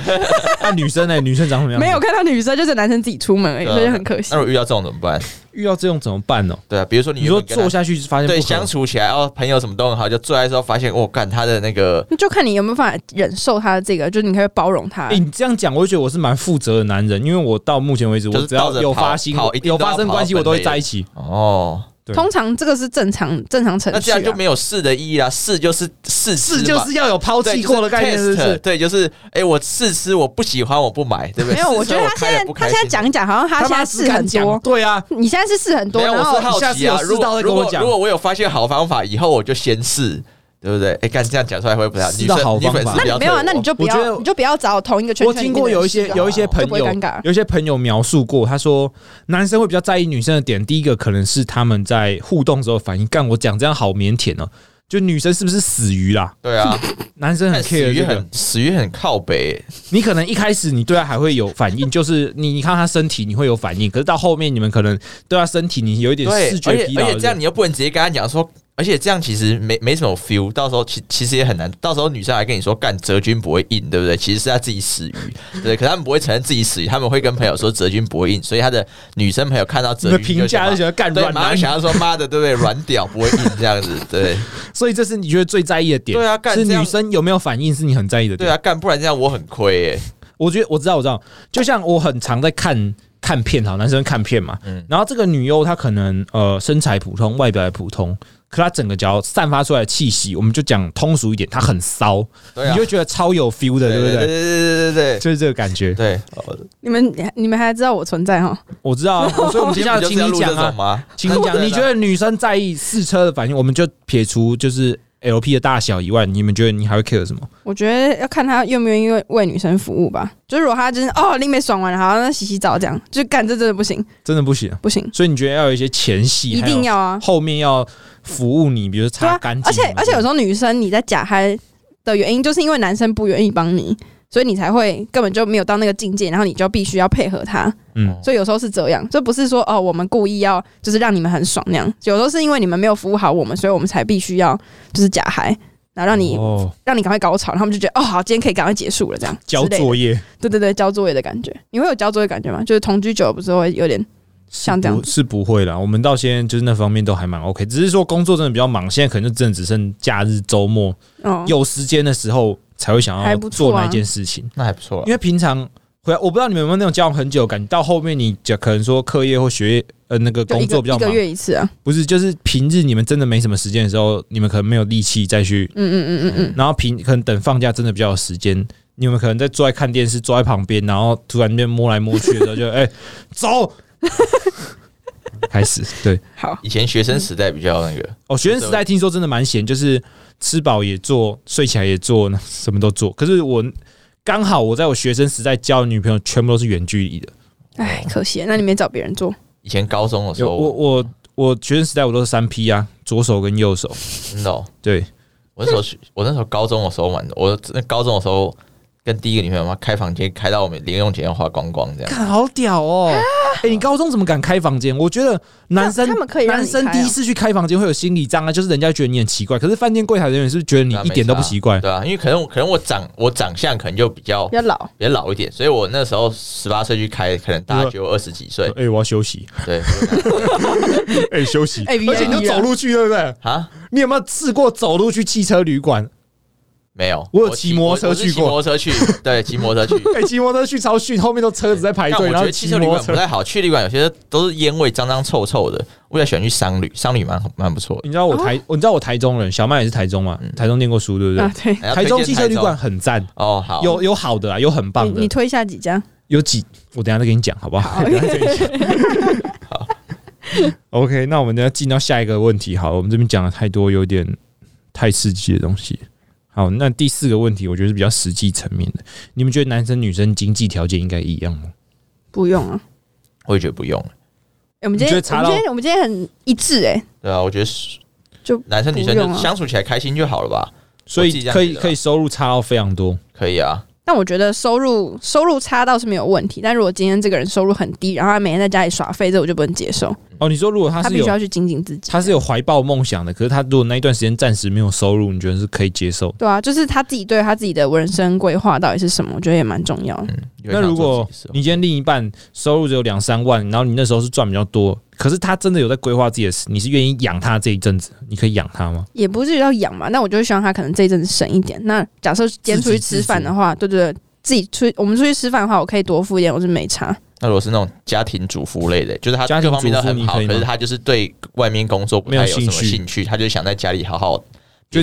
那、女生呢？女生长什么样？
没有，看到女生，就是男生自己出门而已，
对啊
所以就很可惜
那。如果遇到这种怎么办？
遇到这种怎么办哦？
对啊，比如说你
你
原
说
本跟他
坐下去发现
对
不合
相处起来哦，朋友什么都很好，就坐在的时候发现哦，干他的那个
那就看你有没有办法忍受他的这个，就是你可以包容他
哎、。你这样讲，我就觉得我是蛮负责的对
通常这个是正常正常程
哦那
序、
这
啊
样，就没有试的意义啦，试就是试
是
吃嘛
就是要有抛
对
弃
就是
过的概念，是不
test，
是？
对，就是哎、我试吃，我不喜欢，我不买，对不对？
没有，我
试吃
觉得他现
我开
在
了不
他
开
现在
心
讲讲，好像他
他
现在
妈只
试很
敢讲
多，
对啊，
你现在是试很多，
没有，
然
我
后
是好奇
下
啊。
次有
如
试到
果
再
如
跟我
果
讲
如果我有发现好方法，以后我就先试，对不对？哎、干这样讲出来会不会不太好
试
女
到
生
好
女粉
方
丝
那
法
不要
你没有啊
退？
那你
我
就不
我觉得
要，你就不要找同一个圈
我
圈里
听
面的人试就好。
过有一些有一些朋
就不会
友
尴尬，
有一些朋友描述过，他说男生会比较在意女生的点，第一个可能是他们在互动时候的反应。干我讲这样好腼腆哦、就女生是不是死鱼啦？
对啊，
男生很
但死
care
鱼
这个
很，死鱼很靠北、
你可能一开始你对他还会有反应，就是你你看他身体你会有反应，可是到后面你们可能对他身体你有一点
对，
视
而
觉
且
疲
而
劳
且哎这样
的。
你又不能直接跟他讲说，而且这样其实没没什么 feel，到时候其其实也很难，到时候女生还跟你说干泽军不会硬，对不对？其实是他自己死鱼，对不对，可他们不会承认自己死鱼，他们会跟朋友说泽军不会硬，所以他的女生朋友看到
你
泽
的
军
评
就
价
想
就觉得干
对，
软
马
男
上，想要说妈的，对不对？软屌不会硬这样子，对
所以这是你觉得最在意的点。
对啊干
是
这样
女生有没有反应是你很在意的点。
对啊，干不然这样我很亏耶、
我觉得我知道，我知道，就像我很常在看看片，好，男生看片嘛，
嗯
然后这个女优她可能呃身材普通，外表也普通，可她整个只要散发出来的气息，我们就讲通俗一点，她很骚，
对啊
你就，觉得超有 feel 的，
对
不
对对对对对对
就是这个感觉，
对，
你们你们还知道我存在哈？
我知道 啊，所以我们接下来
今
请
天不
你
就是要
讲
录这种
啊，
吗？
请你
对
讲，
啊
你觉得女生在意试车的反应，我们就撇除就是 L P 的大小以外，你们觉得你还会 care 什么？
我觉得要看他愿不愿意为为女生服务吧。就是如果他真的哦，林美爽完了，好，那洗洗澡这样，就干这真的不行，
真的不行啊，
不行，
所以你觉得要有一些前戏，
一定。要啊，
后面要服务你，比如
对
擦
啊
干。净
而
什
且
么的。
而且有时候女生你在假嗨的原因，就是因为男生不愿意帮你，所以你才会根本就没有到那个境界，然后你就必须要配合他。
嗯
所以有时候是这样，这不是说哦，我们故意要就是让你们很爽那样，有时候是因为你们没有服务好我们，所以我们才必须要就是假嗨，然后让你、
哦
让你赶快高潮，然后他们就觉得哦好，今天可以赶快结束了这样。
交
之类的
作业
对对对，交作业的感觉，你会有交作业感觉吗？就是同居久了不是会有点像这样
不是不会啦。我们到现在就是那方面都还蛮 OK，只是说工作真的比较忙，现在可能就真的只剩假日、周末
哦，
有时间的时候才会想
还
要
不错
做
啊
那一件事情。
那还不错啊
因，为平常回来，我不知道你们有没有那种交往很久的感觉，到后面你就可能说课业或学业呃那个
就
工
一个
作比较
一个
忙，
月一次啊，
不是就是平日你们真的没什么时间的时候，你们可能没有力气再去
嗯嗯嗯嗯嗯，
然后平可能等放假真的比较有时间，你们可能在坐在看电视，坐在旁边，然后突然间摸来摸去的时候就，哎、 走，开始对
好，
以前学生时代比较那个，
哦，学生时代听说真的蛮闲，就是吃饱也做，睡起来也做，什么都做。可是我刚好我在我学生时代交的女朋友全部都是远距离的，
哎，可惜，那你没找别人
哦
做，
以前高中的时
有
候，
我我我学生时代我都是三 P 啊，左手跟右手，
真的哦、
对，
我那时候去，我那时候高中的时候玩的，我那高中的时候跟第一个女朋友嘛，开房间开到我们零用钱要花光光这样。
看好屌哦！哎、你高中怎么敢开房间？我觉得男生
那啊他们可以让你
男生
开哦
第一次去开房间会有心理障碍，就是人家觉得你很奇怪。可是饭店柜台人员是不是觉得你
那没
一点都不奇怪
差，对啊，因为可能我可能我长我长相可能就比较
啊
比较老，
比较老一点，所以我那时候十八岁去开，可能大家觉得我二十几岁
哎、，我要休息，
对我就这样
哎、休息
哎
而且你就走路去，对不对？
啊，
你有没有试过走路去汽车旅馆？
没有，
我有
骑
骑摩托车
我是
去
骑
过
摩托车去，对，骑摩托车去。
哎、骑摩托车去超逊，后面都车子在 排
但
队，
我
然
觉
后
得汽
骑
车旅
摩托
馆不
车。
太好，去旅馆有些都是烟味，脏脏臭臭的。我也喜欢去商旅，商旅蛮蛮不错的。
你知道我台，你知道我台中人，小曼也是台中嘛，台中念过书，对不对？
哦啊，对，
嗯哎要
台
推
中
荐
汽车旅馆很赞，
哦，好，
有有好的啊，有很棒
你你
的，
推下几 家，
有几我等一下再跟你讲，好不好？
好哎
OK，那我们要进到下一个问题。好，我们这边讲了太多有点太刺激的东西。好，那第四个问题，我觉得是比较实际层面的。你们觉得男生女生经济条件应该一样吗？
不用啊，
我也觉得不用了。
哎我们今
你觉得
天
查
我们
到
今天我们今天很一致哎，
对啊，我觉得是
就
男生女生
不用
就
啊
相处起来开心就好了吧？
所
我自己
以
这样
可以
觉得啦啊
可以收入差到非常多。
可以啊，
但我觉得收入收入差倒是没有问题，但如果今天这个人收入很低，然后他每天在家里耍废，这我就不能接受，
哦，你说如果他
他
是
必须
有
要去精进自己。
他是有怀抱梦想的，可是他如果那一段时间暂时没有收入，你觉得是可以接受？
对啊，就是他自己对他自己的人生规划到底是什么，我觉得也蛮重要的。
嗯有
那
人
如
想做
果
自己的事哦
你今天另一半收入只有两三万，然后你那时候是赚比较多，可是他真的有在规划自己的事，你是愿意养他这一阵子？你可以养他吗？
也不至于要养嘛，那我就会希望他可能这一阵子省一点。那假设今天出去吃饭的话，对对对，自己出去我们出去吃饭的话，我可以多付一点，我是没差。
那如果是那种家庭主妇类的，就是他
家
各
庭
方面都
主妇
很
你
好，
可以
可是
吗
他就是对外面工作不
没有
太有什么
兴趣
兴趣，他就想在家里好好，比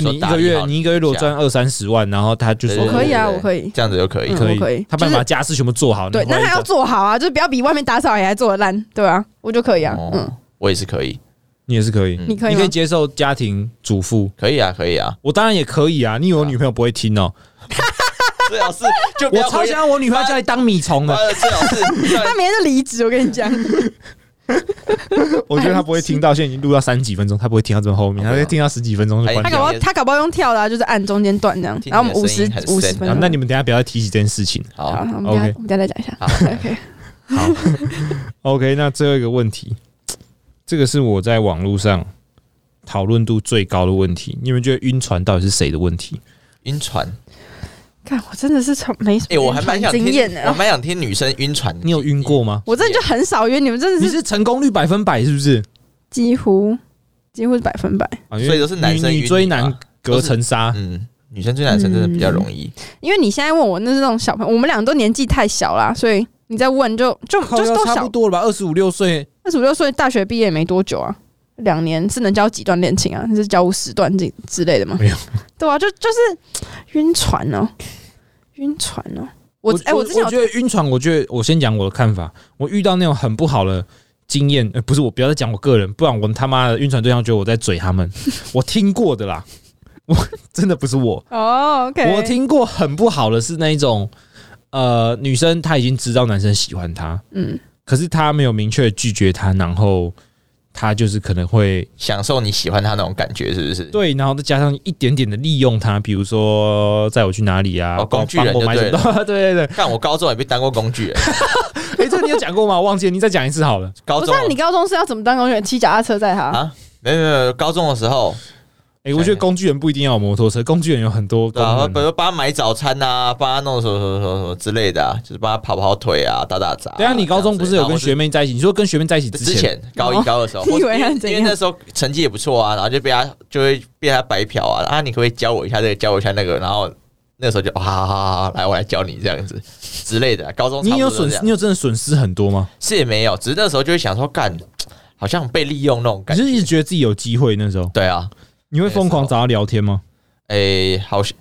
就
如说
你一
打
个
理
月，
好
你一个月如果赚二三十万，然后他就说
我可以啊，
对对对
我可以。
这样子就可以
嗯。
可以，
我可以
他把
就是
把家事全部做好。
对，
你
那
换一
他要
个
做好啊，就是不要比外面打扫也还做的烂，对啊，我就可以啊，嗯，
哦，我也是可以，
你也是可以，
嗯
你可以
你
吗
可以？接受家庭主妇，
可以啊，可以啊。
我当然也可以啊。你以为我女朋友不会听哦？
最好是就不
我
要
超
回
想要我女朋友在家里当米虫
妈
的，
的，最 好是
他明天就离职，我跟你 讲，
我觉得她不会听到，现在已经录到三十几分钟，她不会听到这么后面，她会听到十几分钟就关
他
啊哎
掉
搞
了。
不好他搞不好用跳的、啊，就是按中间段这样，
听你的
然后我们五十
声音很
五十
sad
分
啊
钟。
那你们等一下不要再提起这件事情。
好，
好
好我们等下
OK
我们等下再讲一下。
好
OK，
好
OK，那最后一个问题，这个是我在网络上讨论度最高的问题。你们觉得晕船到底是谁的问题？
晕船。
看我真的是从没什
哎，
么
我还蛮
晕船
想听哦
经验的、，
我蛮想听女生晕船。
你有晕？过吗？
我真的就很少约你们，真的
你
是
是成功率百分百是不是？
几乎几乎是百分百，
啊因为
所以都是男生
女
晕
女追
你吧
男隔层纱，
嗯，女生追男生真的比较容易。
因为你现在问我那是那种小朋友，我们两个都年纪太小啦，所以你再问就就
靠
就是
要
都
差
小
不多了吧？二十五六岁，
二十五六岁，大学毕业没多久啊，两年是能交几段恋情啊？是交十段之之类的吗？
没有，
对啊，就就是晕船哦、晕船哦、我哎、我之前有
我觉得晕船，我觉得我先讲我的看法。我遇到那种很不好的经验，呃，不是我不要再讲我个人，不然我他妈的晕船对象觉得我在嘴 他们。我听过的啦，我真的不是我，
哦，OK，
我听过很不好的是那一种，呃，女生她已经知道男生喜欢她，
嗯，
可是她没有明确拒绝他，然后她就是可能会
享受你喜欢他那种感觉，是不是？
对，然后再加上一点点的利用他，比如说载我去哪里啊，
哦
帮
工具人
帮我买
就
什
对
么东西 对对对，
干，我高中也被当过 工具人，
哎、这个你有讲过吗？我忘记了，你再讲一次好了。
高
不是
中
啊，你高中是要怎么当工具人？骑脚踏车载他、
啊没有没有没有，高中的时候，
哎、我觉得工具人不一定要有摩托车，工具人有很多功
对啊，比
能。
如帮他买早餐啊，帮他弄什么什么什么什么之类的啊、就是帮他跑跑腿啊，打打杂、
对啊，你高中不是有跟学
妹？
妹在一起？你说跟学妹在一起
然
之
后是
前，
之前高
哦
一高二的 时候，
你
或
以
因
为
为
他怎样
因为那时候成绩也不错啊，然后就被他就会被他白嫖啊，啊，你可不可以教我一下这个，教我一下那个？然后那时候就啊，好好好，来我来教你这样子之类的啊、高中差
你
不
有
多都
损
这
失，
样
你有真的损失很多吗？
是也没有，只是那时候就会想说，干，好像被利用那种
你
感
是一
觉
直。觉得自己有机会那时候，
对啊，
你会疯狂找她聊天吗？
诶、好像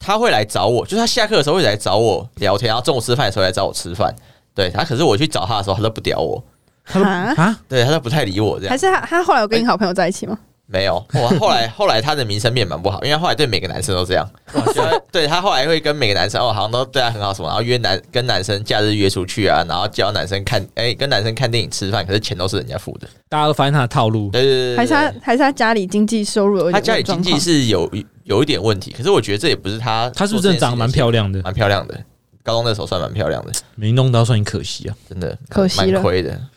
他会来找我，就是他下课的时候会来找我聊天，然后中午吃饭的时候来找我吃饭。对他，可是我去找他的时候，他都不屌我，
她说
啊
啊，
对他都不太理我这
还
样。
是他他后来有跟你好朋友在一起吗？
没有，我后来后来他的名声变蛮不好，因为他后来对每个男生都 这样，就他对他后来会跟每个男生哦，好像都对他很好什么，然后约男跟男生假日约出去啊，然后叫男生看，哎、跟男生看电影吃饭，可是钱都是人家付的。
大家都发现她的套路。
对对对对对
还是
哎
他还是他家里经济收入有一点
他家里经
状
济
况
是有有一点问题，可是我觉得这也不是他
她是不是真
做这件事
的
情的
长得蛮漂亮的？
蛮漂亮的，高中那时候算蛮漂亮的。
没弄到算你可惜啊，
真的
可惜了
蛮亏的。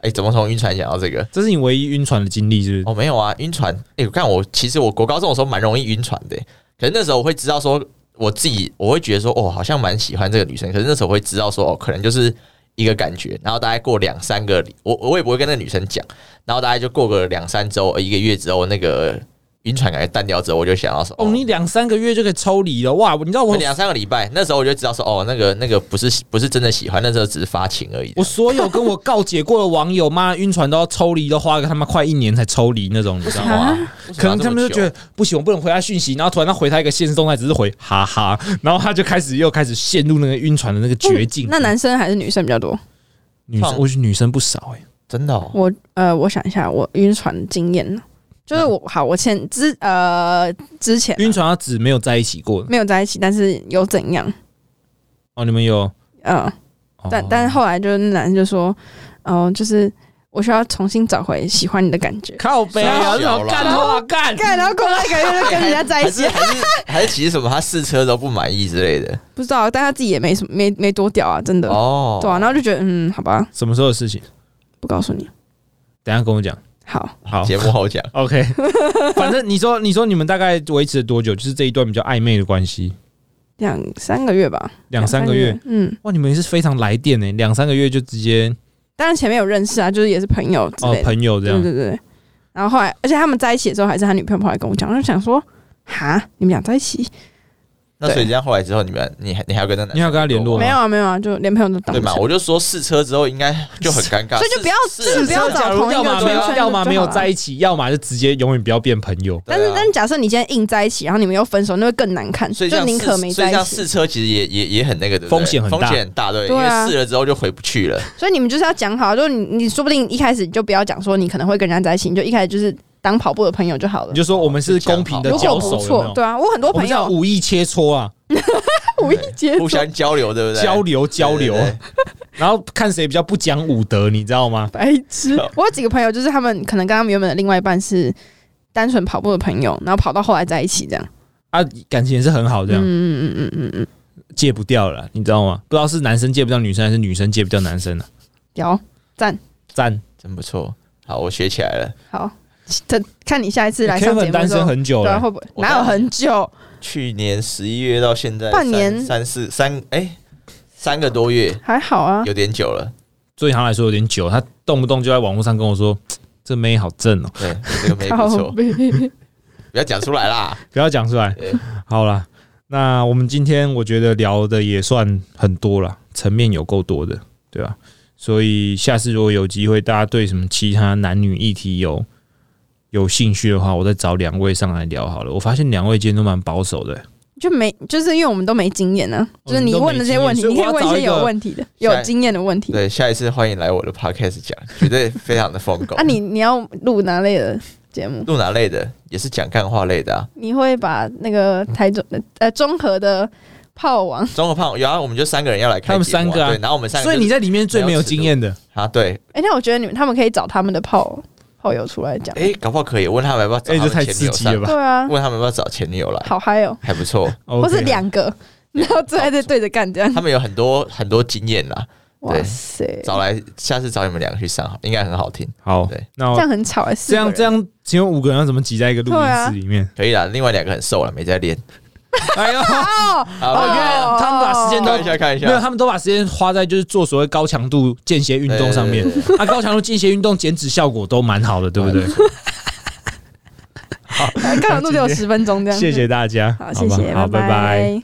哎、怎么从晕船讲到这个？
这是你唯一晕船的经历，是不是？
哦，没有啊，晕船。哎、我看我其实我国高中的时候蛮容易晕船的、可是那时候我会知道说，我自己我会觉得说，哦，好像蛮喜欢这个女生。可是那时候我会知道说，哦，可能就是一个感觉。然后大概过两三个礼，我我也不会跟那个女生讲。然后大概就过个两三周、一个月之后，那个晕船感觉淡掉之后，我就想要说，
哦，你两三个月就可以抽离了，哇！你知道
我
我
两三个礼拜，那时候我就知道说，哦，那个那个不是不是真的喜欢，那时候只是发情而已。
我所有跟我告解过的网友，妈晕船都要抽离，都花个他妈快一年才抽离那种，你知道
哇
吗？
为什么要
可能
这
他
么
们就
久
觉得不行，我不能回他讯息，然后突然他回他一个现实动态，只是回哈哈，然后他就开始又开始陷入那个晕船的那个绝境。
那男生还是女生比较多？
女生，我觉得女生不少哎、
真的、哦，
我呃，我想一下，我晕船经验呢，就是我好，我前之呃之前啊
晕船要指没有在一起过的
没有在一起，但是有怎样？
哦，你们有？
嗯，
哦
但但是后来就是那男生就说，哦、就是我需要重新找回喜欢你的感 觉。
靠背啊，
小啦
这种干话干。
干，然后过了一个月就跟人家在一
还
起
是，还是还是其实什么他试车都不满意之类的
不知道，但他自己也没什么，没没多屌啊，真的，
哦
对啊，然后就觉得，嗯，好吧，
什么时候的事情？
不告诉你，
等一下跟我讲。
好，
好
节目后讲，
，OK。反 正你说，你说你们大概维持了多久？就是这一段比较暧昧的关系，
两三个月吧，
两三个月。，
嗯，
哇，你们也是非常来电呢、两三个月就直接
当然前面有认识啊，就是也是朋友之
哦
类的，
朋友这
对
样。
对对。然后后来，而且他们在一起的时候，还是他女朋友跑来跟我讲，我就想说，哈，你们俩在一起？
那所以这样后来之后，你们你还你还要跟那男生
你还有跟他联络吗
没有啊，没有啊，就连朋友都当
对嘛？我就说试车之后应该就很尴尬，
所以就不要
试
真的不要找
假如
同一
要
个
么
圈
没
圈就
有
好，了
要么没有在一起，要么就直接永远不要变朋友。
但是，但是假设你今天硬在一起，然后你们又分手，那会更难看，
啊所以
就
像
宁
试
可没
所以
在一
像
起。
试车其实也也也很那个，对不对
风险很大
风险很大，对，因
对
为
啊
试了之后就回不去 了。
所以你们就是要讲好，就是你你说不定一开始你就不要讲说你可能会跟人家在一起，你就一开始就是当跑步的朋友就好了
你。就说我们是公平的
如
交
果
手
不，
有没
错，
有？
对啊，我很多
我
朋
们叫
友
无意切磋啊，
无意接触
互，相交流，对不对？
交流交流
对，对
然后看谁比较不讲武德，你知道吗？
白痴。我有几个朋友，就是他们可能跟他们原本的另外一半是单纯跑步的朋友，然后跑到后来在一起这样。
啊，感情也是很好，这样
嗯嗯嗯嗯嗯嗯，
戒不掉了，你知道吗？不知道是男生戒不掉女生，还是女生戒不掉男生呢？啊
有
赞
真不错。好，我学起来了。
好，这看你下一次来上节
欸，Kevin
目的
单
时
身
候，
很久
对啊，
了，欸
会不
我
会哪有很久？
去年十一月到现在
半
三
年
三四三哎三个多月，
还好啊，
有点久了。
对他来说有点久，他动不动就在网络上跟我说。这妹好正哦，
对，这个没不
靠
错，
背。
不要讲出 来啦。
不要讲出来
对。
好啦，那我们今天我觉得聊的也算很多了，层面有够多的，对吧？所以下次如果有机会，大家对什么其他男女议题有有兴趣的话，我再找两位上来聊好了。我发现两位今天都蛮保守的、
就没，就是因为我们都没经验呢、
哦
就是你问的这些问题，
你
你可
都没
以问一
经验所以我要找
些
一个
有问题的、
下
有经验的问题。
对，下一次欢迎来我的 podcast 讲，绝对非常的疯狗
啊。你，你要录哪类的节目？
录哪类的？也是讲干话类的啊。
你会把那个台中呃综合的炮王，
中国胖，然啊后我们就三个人要来
他
看
们三个啊
对，然后我们三个就
所
是，
以你在里面最没有经验的，
啊，对，
哎、那我觉得你们他们可以找他们的炮炮友出来讲。
哎，搞不好可以问他们要不要找
哎、
他
这
们
太
前
刺
女友
激了
上，
对
吧？
啊，
问他们要不要找前女友来，
好嗨 哦、
还 不错。
或
OK
是两个，然后最后再对着干这样。
他们有很多很多经验啦，
哇塞，
找来下次找你们两个去上，应该很好听。
好
对，
那
这样很吵哎、欸，
这样这
样
样，请问五个人要怎么挤在一个录
对
音
啊
室里面？
可以啦，另外两个很瘦了，没在练。
哎呦，
哦，
好，
哦，原来他们把时间
看一
都
下看一下，
没有，他们都把时间花在就是做所谓高强度间歇运动上面
对对。
啊，高强度间歇运动减脂效果都蛮好的，对不对？
刚好录只有十分钟这样。
谢谢大家，
啊好，
吧
谢谢，
好，拜
拜。